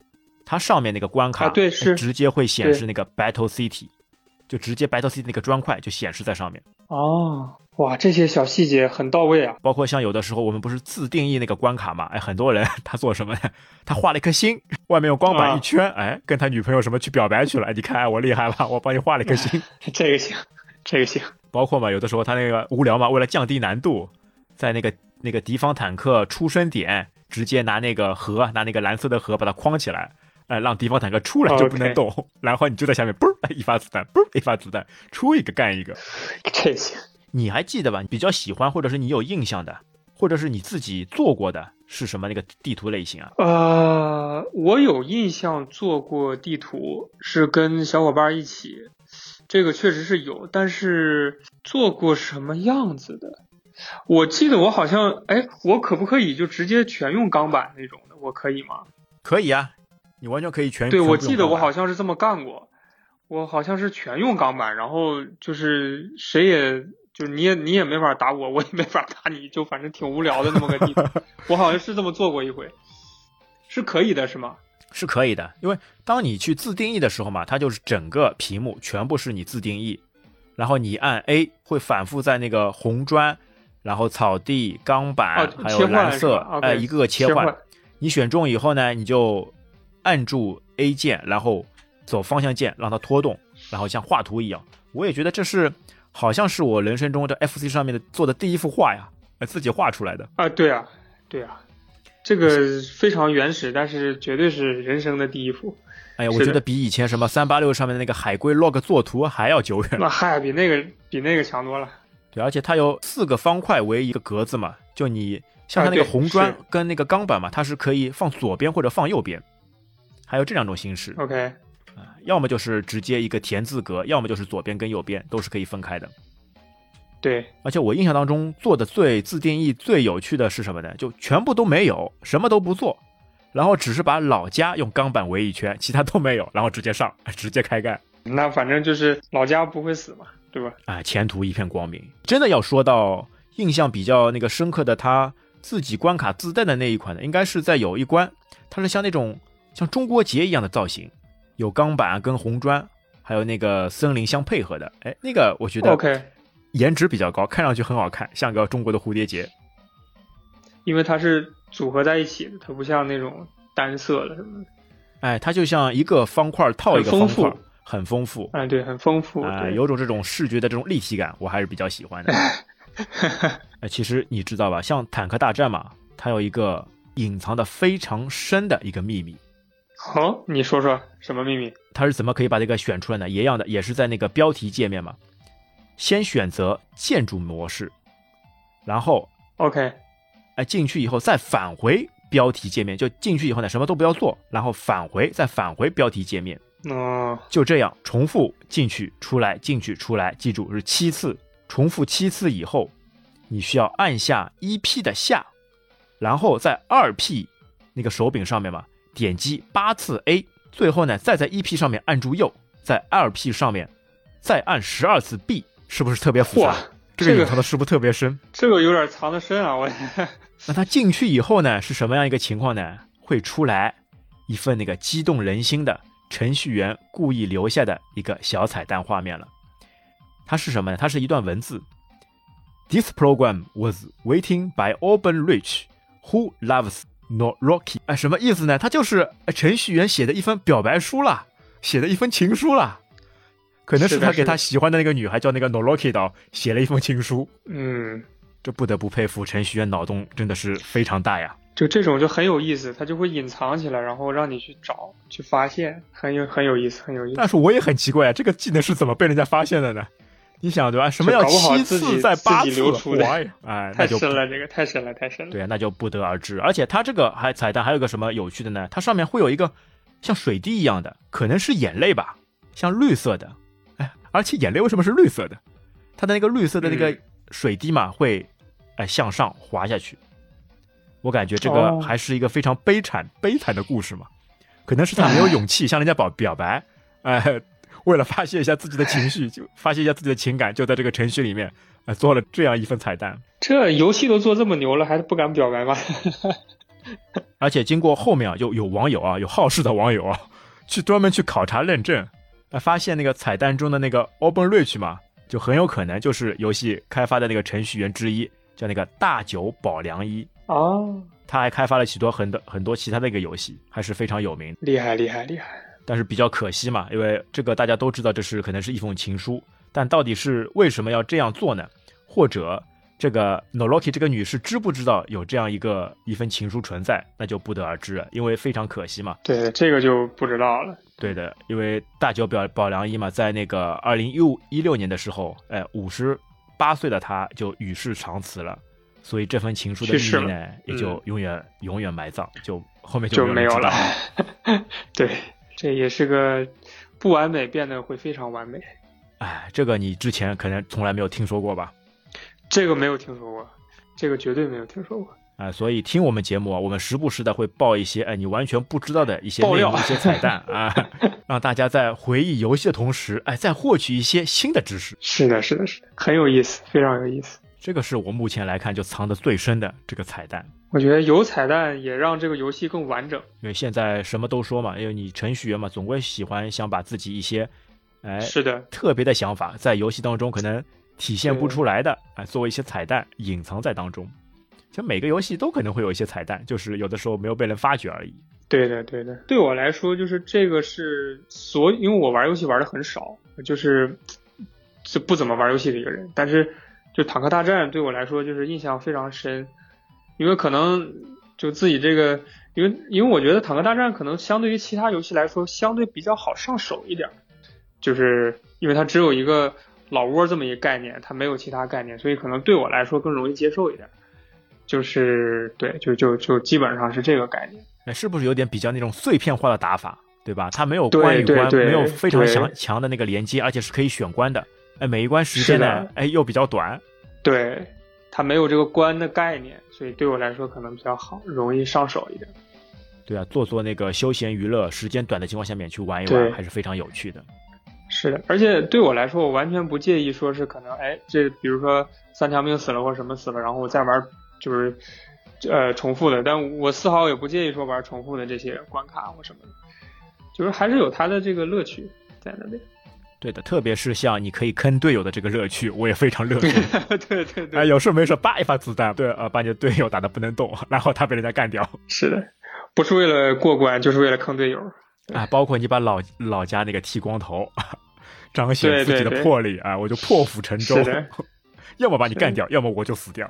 S1: 它上面那个关卡，哎
S2: 啊对是
S1: 直接会显示
S2: 对
S1: 那个 Battle City，就直接 Battle City 那个砖块就显示在上面。
S2: 哦，哇，这些小细节很到位啊。
S1: 包括像有的时候我们不是自定义那个关卡嘛？哎，很多人 他做什么呢？他画了一颗心，外面用光板
S2: 啊
S1: 一圈，哎，跟他女朋友什么去表白去了。哎你看、哎我厉害吧？我帮你画了一
S2: 哎
S1: 颗心。
S2: 这个行，这个行。
S1: 包括嘛，有的时候他那个无聊嘛，为了降低难度，在那个那个敌方坦克出生点，直接拿那个盒，拿那个蓝色的盒把它框起来，哎，让敌方坦克出来就不能
S2: 哦 OK
S1: 动然后你就在下面嘣儿一发子弹，嘣儿一发子弹，出一个干一个。
S2: 这行，
S1: 你还记得吧？你比较喜欢或者是你有印象的，或者是你自己做过的是什么那个地图类型啊？
S2: 呃，我有印象做过地图，是跟小伙伴一起，这个确实是有，但是做过什么样子的？我记得我好像，哎，我可不可以就直接全用钢板那种的？我可以吗？
S1: 可以啊，你完全可以全
S2: 对，
S1: 哎全部
S2: 我
S1: 用
S2: 记得
S1: 光
S2: 我
S1: 盘
S2: 好像是这么干过，我好像是全用钢板，然后就是谁也就是你也你也没法打我，我也没法打你，就反正挺无聊的那么个 地方。我好像是这么做过一回，是可以的，是吗？
S1: 是可以的，因为当你去自定义的时候嘛，它就是整个屏幕全部是你自定义，然后你按 A 会反复在那个红砖，然后草地、钢板、
S2: 哦
S1: 还有
S2: 切换
S1: 蓝
S2: 是
S1: 色
S2: 吧，？OK，
S1: 呃，一个个切
S2: 切
S1: 换。
S2: 换
S1: 你选中以后呢，你就按住 A 键，然后走方向键让它拖动，然后像画图一样。我也觉得这是好像是我人生中的 FC 上面的做的第一幅画呀，呃自己画出来的。
S2: 啊，对啊，对啊，这个非常原始，但是绝对是人生的第 一步。
S1: 哎呀，
S2: 是
S1: 我
S2: 的
S1: 觉得比以前什么三八六上面的那个海龟 log 作图还要久远。
S2: 那嗨，比那个比那个强多了。
S1: 对，而且它有四个方块为一个格子嘛，就你像它那个
S2: 啊对
S1: 红砖
S2: 是
S1: 跟那个钢板嘛，它是可以放左边或者放右边，还有这两种形式，
S2: OK，
S1: 要么就是直接一个田字格，要么就是左边跟右边都是可以分开的。
S2: 对，
S1: 而且我印象当中做的最自定义、最有趣的是什么呢？就全部都没有，什么都不做，然后只是把老家用钢板围一圈，其他都没有，然后直接上，直接开干。
S2: 那反正就是老家不会死嘛，对吧？
S1: 啊，前途一片光明。真的要说到印象比较那个深刻的，他自己关卡自带的那一款呢，应该是在有一关，它是像那种像中国结一样的造型，有钢板跟红砖，还有那个森林相配合的。哎，那个我觉得
S2: OK，
S1: 颜值比较高，看上去很好看，像个中国的蝴蝶结。
S2: 因为它是组合在一起的，它不像那种单色的什么的。
S1: 哎，它就像一个方块套一个
S2: 很
S1: 方
S2: 丰
S1: 块
S2: 富，
S1: 很丰富。
S2: 哎，对，很丰富。
S1: 啊、
S2: 对
S1: 有种这种视觉的这种立体感，我还是比较喜欢的。哎，其实你知道吧，像坦克大战嘛，它有一个隐藏的非常深的一个秘密，
S2: 好，你说说什么秘密？
S1: 它是怎么可以把这个选出来呢？一样的，也是在那个标题界面嘛，先选择建筑模式，然后
S2: OK，
S1: 哎进去以后再返回标题界面，就进去以后呢什么都不要做，然后返回再返回标题界面，
S2: 啊，
S1: 就这样重复进去出来进去出来，记住是七次，重复七次以后，你需要按下一 P 的下，然后在二 P 那个手柄上面嘛点击八次 A，最后呢再在一 P 上面按住右，在二 P 上面再按十二次 B，是不是特别复
S2: 嚯
S1: 杂？，这个
S2: 这
S1: 隐
S2: 个
S1: 藏的是不是特别深？
S2: 这个有点藏得深啊，我也
S1: 那他进去以后呢，是什么样一个情况呢？会出来一份那个激动人心的程序员故意留下的一个小彩蛋画面了。它是什么呢？它是一段文字：This program was waiting by Auburn Rich, who loves not Rocky。哎，什么意思呢？它就是哎程序员写的一封表白书啦，写的一封情书啦。可能是
S2: 是的
S1: 他给
S2: 是的
S1: 他喜欢的那个女孩叫那个 Noroki 的，写了一封情书。
S2: 嗯，
S1: 这不得不佩服程序员脑洞真的是非常大呀。
S2: 就这种就很有意思，它就会隐藏起来，然后让你去找、去发现，很有很有意思，很有意思。
S1: 但是我也很奇怪啊，这个技能是怎么被人家发现的呢？你想对吧？什么叫
S2: 搞不好
S1: 七
S2: 自己
S1: 次再八
S2: 自己
S1: 次
S2: 流出的
S1: 哎哎，那
S2: 太
S1: 就
S2: 深了，这个太深了，太深了。
S1: 对啊，那就不得而知。而且它这个还彩蛋还有个什么有趣的呢？它上面会有一个像水滴一样的，可能是眼泪吧，像绿色的。哎，而且眼泪为什么是绿色的？它的那个绿色的那个
S2: 嗯
S1: 水滴嘛，会哎向上滑下去。我感觉这个
S2: 哦
S1: 还是一个非常悲惨、悲惨的故事嘛。可能是他没有勇气向人家表表白，哎、为了发泄一下自己的情绪，就发泄一下自己的情感，就在这个程序里面，呃，做了这样一份彩蛋。
S2: 这游戏都做这么牛了，还不敢表 白吗？
S1: 而且经过后面啊，有有网友啊，有好事的网友啊， 去专门去考察认证，啊，发现那个彩蛋中的那个 Open Rich 嘛，就很有可能就是游戏开发的那个程序员之一，叫那个大久保良一。
S2: 啊，
S1: 他还开发了许多很多很多其他的一个游戏，还是非常有名的。
S2: 厉害厉害厉害！
S1: 但是比较可惜嘛，因为这个大家都知道，这是可能是一封情书，但到底是为什么要这样做呢？或者这个 Noroki 这个女士知不知道有这样一个一份情书存在，那就不得而知了，因为非常可惜嘛。
S2: 对，这个就不知道了。
S1: 对的，因为大久保保良一嘛，在那个二零一五一六年的时候，哎，五十八岁的他就与世长辞了，所以这份情书的
S2: 去世
S1: 意义呢，也就
S2: 嗯
S1: 永远、永远埋葬，就后面
S2: 就
S1: 没
S2: 没有了
S1: 了。。
S2: 对，这也是个不完美变得会非常完美，
S1: 哎，这个你之前可能从来没有听说过吧？
S2: 这个没有听说过，这个绝对没有听说过。
S1: 啊、所以听我们节目啊，我们时不时的会爆一些哎你完全不知道的一些
S2: 爆
S1: 内
S2: 料
S1: 幕、一些彩蛋啊， 让大家在回忆游戏的同时，哎，再获取一些新的知识。
S2: 是的，是的，是的，很有意思，非常有意思。
S1: 这个是我目前来看就藏的最深的这个彩蛋。
S2: 我觉得有彩蛋也让这个游戏更完整。
S1: 因为现在什么都说嘛，因为你程序员嘛，总归喜欢想把自己一些，哎，
S2: 是的，
S1: 特别的想法，在游戏当中可能体现不出来的，哎，作为一些彩蛋隐藏在当中。其实每个游戏都可能会有一些彩蛋，就是有的时候没有被人发掘而已。
S2: 对的，对的。对我来说，就是这个是所，因为我玩游戏玩的很少，就是是不怎么玩游戏的一个人。但是就《坦克大战》对我来说，就是印象非常深，因为可能就自己这个，因为因为我觉得《坦克大战》可能相对于其他游戏来说，相对比较好上手一点，就是因为它只有一个老窝这么一个概念，它没有其他概念，所以可能对我来说更容易接受一点。就是对，就就就基本上是这个概念。
S1: 哎，是不是有点比较那种碎片化的打法，对吧？它没有
S2: 对
S1: 关与
S2: 对
S1: 关，
S2: 对
S1: 没有非常
S2: 对
S1: 强强的那个连接，而且是可以选关的。哎，每一关时
S2: 是
S1: 间呢
S2: 的，
S1: 哎，又比较短。
S2: 对，它没有这个关的概念，所以对我来说可能比较好，容易上手一点。
S1: 对啊，做做那个休闲娱乐，时间短的情况下面去玩一玩，
S2: 对
S1: 还是非常有趣的。
S2: 是的，而且对我来说，我完全不介意说是可能，哎，这比如说三条命死了或什么死了，然后我再玩就是呃重复的，但我丝毫也不介意说玩重复的这些关卡或什么的，就是还是有它的这个乐趣在那里。
S1: 对的，特别是像你可以坑队友的这个乐趣，我也非常 乐意。
S2: 对对对，
S1: 哎，有事没事叭一发子弹，对，呃，把你的队友打得不能动，然后他被人家干掉。
S2: 是的，不是为了过关，就是为了坑队友。
S1: 啊，包括你把老老家那个剃光头，彰显
S2: 对
S1: 自己
S2: 对
S1: 的
S2: 对
S1: 魄力啊，我就破釜沉舟
S2: 是的，
S1: 要么把你
S2: 是
S1: 干
S2: 的
S1: 掉，要么我就死掉。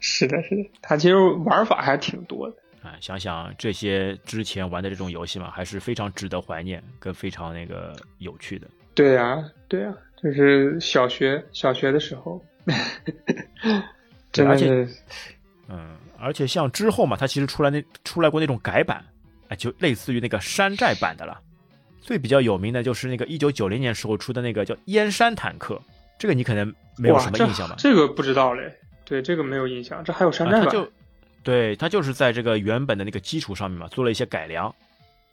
S2: 是的，是的，它其实玩法还挺多的。
S1: 啊，想想这些之前玩的这种游戏嘛，还是非常值得怀念，跟非常那个有趣的。
S2: 对呀、对啊呀、就是小学小学的时候，真的
S1: 而且
S2: 是
S1: 嗯，而且像之后嘛，它其实出来那出来过那种改版，哎，就类似于那个山寨版的了。最比较有名的就是那个一九九零年时候出的那个叫《燕山坦克》，这个你可能没有
S2: 哇
S1: 什么
S2: 这
S1: 印象吧？
S2: 这个不知道嘞，对，这个没有印象，这还有山
S1: 啊，
S2: 寨
S1: 它
S2: 版，
S1: 就对它就是在这个原本的那个基础上面嘛，做了一些改良，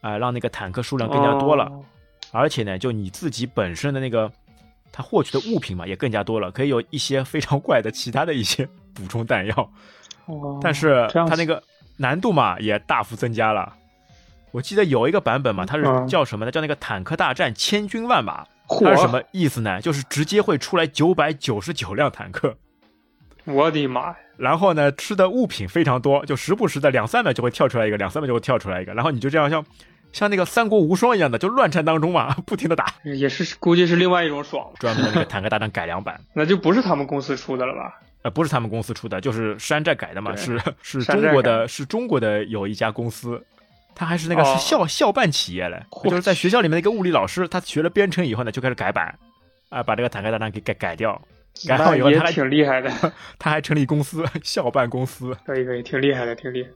S1: 啊、让那个坦克数量更加多了。
S2: 哦
S1: 而且呢，就你自己本身的那个他获取的物品嘛，也更加多了，可以有一些非常怪的其他的一些补充弹药，
S2: 哦
S1: 但是
S2: 这样
S1: 它
S2: 子
S1: 那个难度嘛也大幅增加了。我记得有一个版本嘛，它
S2: 嗯
S1: 是叫什么呢？叫那个坦克大战千军万马，
S2: 火
S1: 它是什么意思呢？就是直接会出来九百九十九辆坦克，
S2: 我的妈呀！
S1: 然后呢吃的物品非常多，就时不时的两三秒就会跳出来一个，两三秒就会跳出来一个，然后你就这样像像那个三国无双一样的就乱战当中嘛， 不停的打。
S2: 也是估计是另外一种爽，
S1: 专门的那个坦克大战改良版，
S2: 那就不是他们公司出的了吧？
S1: 呃，不是他们公司出的，就是山寨改的嘛，
S2: 对
S1: 是是
S2: 山
S1: 中
S2: 寨
S1: 国
S2: 改
S1: 的，是中国的有一家公司，它还是那个
S2: 哦
S1: 是校、校办企业嘞，
S2: 我
S1: 就是在学校里面的一个物理老师，他学了编程以后呢，就开始改版，啊、把这个坦克大战给改改掉，改好
S2: 那
S1: 以后
S2: 也
S1: 他还
S2: 挺厉害的，
S1: 他还成立公司，校办公司。
S2: 可以可以，挺厉害的，挺 厉害。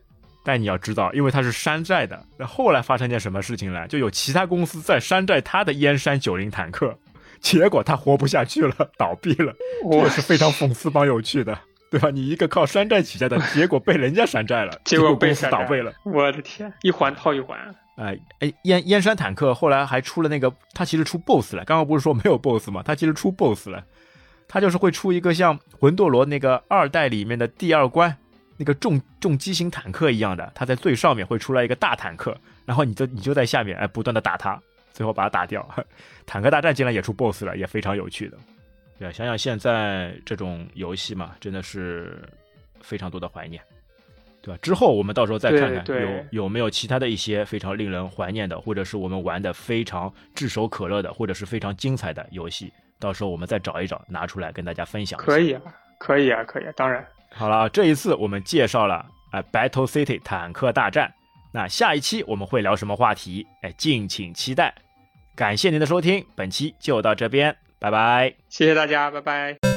S1: 但你要知道，因为它是山寨的，那后来发生件什么事情呢？就有其他公司在山寨他的燕山九零坦克，结果他活不下去了，倒闭了。 这
S2: 我
S1: 个是非常讽刺帮有趣的，对吧？你一个靠山寨起家的，结果被人家山寨了，
S2: 结
S1: 结
S2: 果被
S1: 公司
S2: 山寨
S1: 倒闭了。
S2: 我的天，一环套一环，
S1: 哎哎，燕燕山坦克后来还出了那个，他其实出 BOSS 了。刚刚不是说没有 BOSS 吗？他其实出 BOSS 了，他就是会出一个像魂斗罗那个二代里面的第二关那个重重机型坦克一样的，他在最上面会出来一个大坦克，然后你就你就在下面哎不断的打他，最后把他打掉。 坦克大战竟然也出 BOSS 了，也非常有趣的。对啊，想想现在这种呃游戏嘛，真的是非常多的怀念，对吧？之后我们到时候再看看
S2: 对对
S1: 有有没有其他的一些非常令人怀念的，或者是我们玩的非常炙手可热的，或者是非常精彩的游戏，到时候我们再找一找，拿出来跟大家分享一下。
S2: 可以啊，可以啊，可以啊，当然，
S1: 好了，这一次我们介绍了哎、Battle City 坦克大战，那下一期我们会聊什么话题？哎，敬请期待。感谢您的收听，本期就到这边，拜拜。
S2: 谢谢大家，拜拜。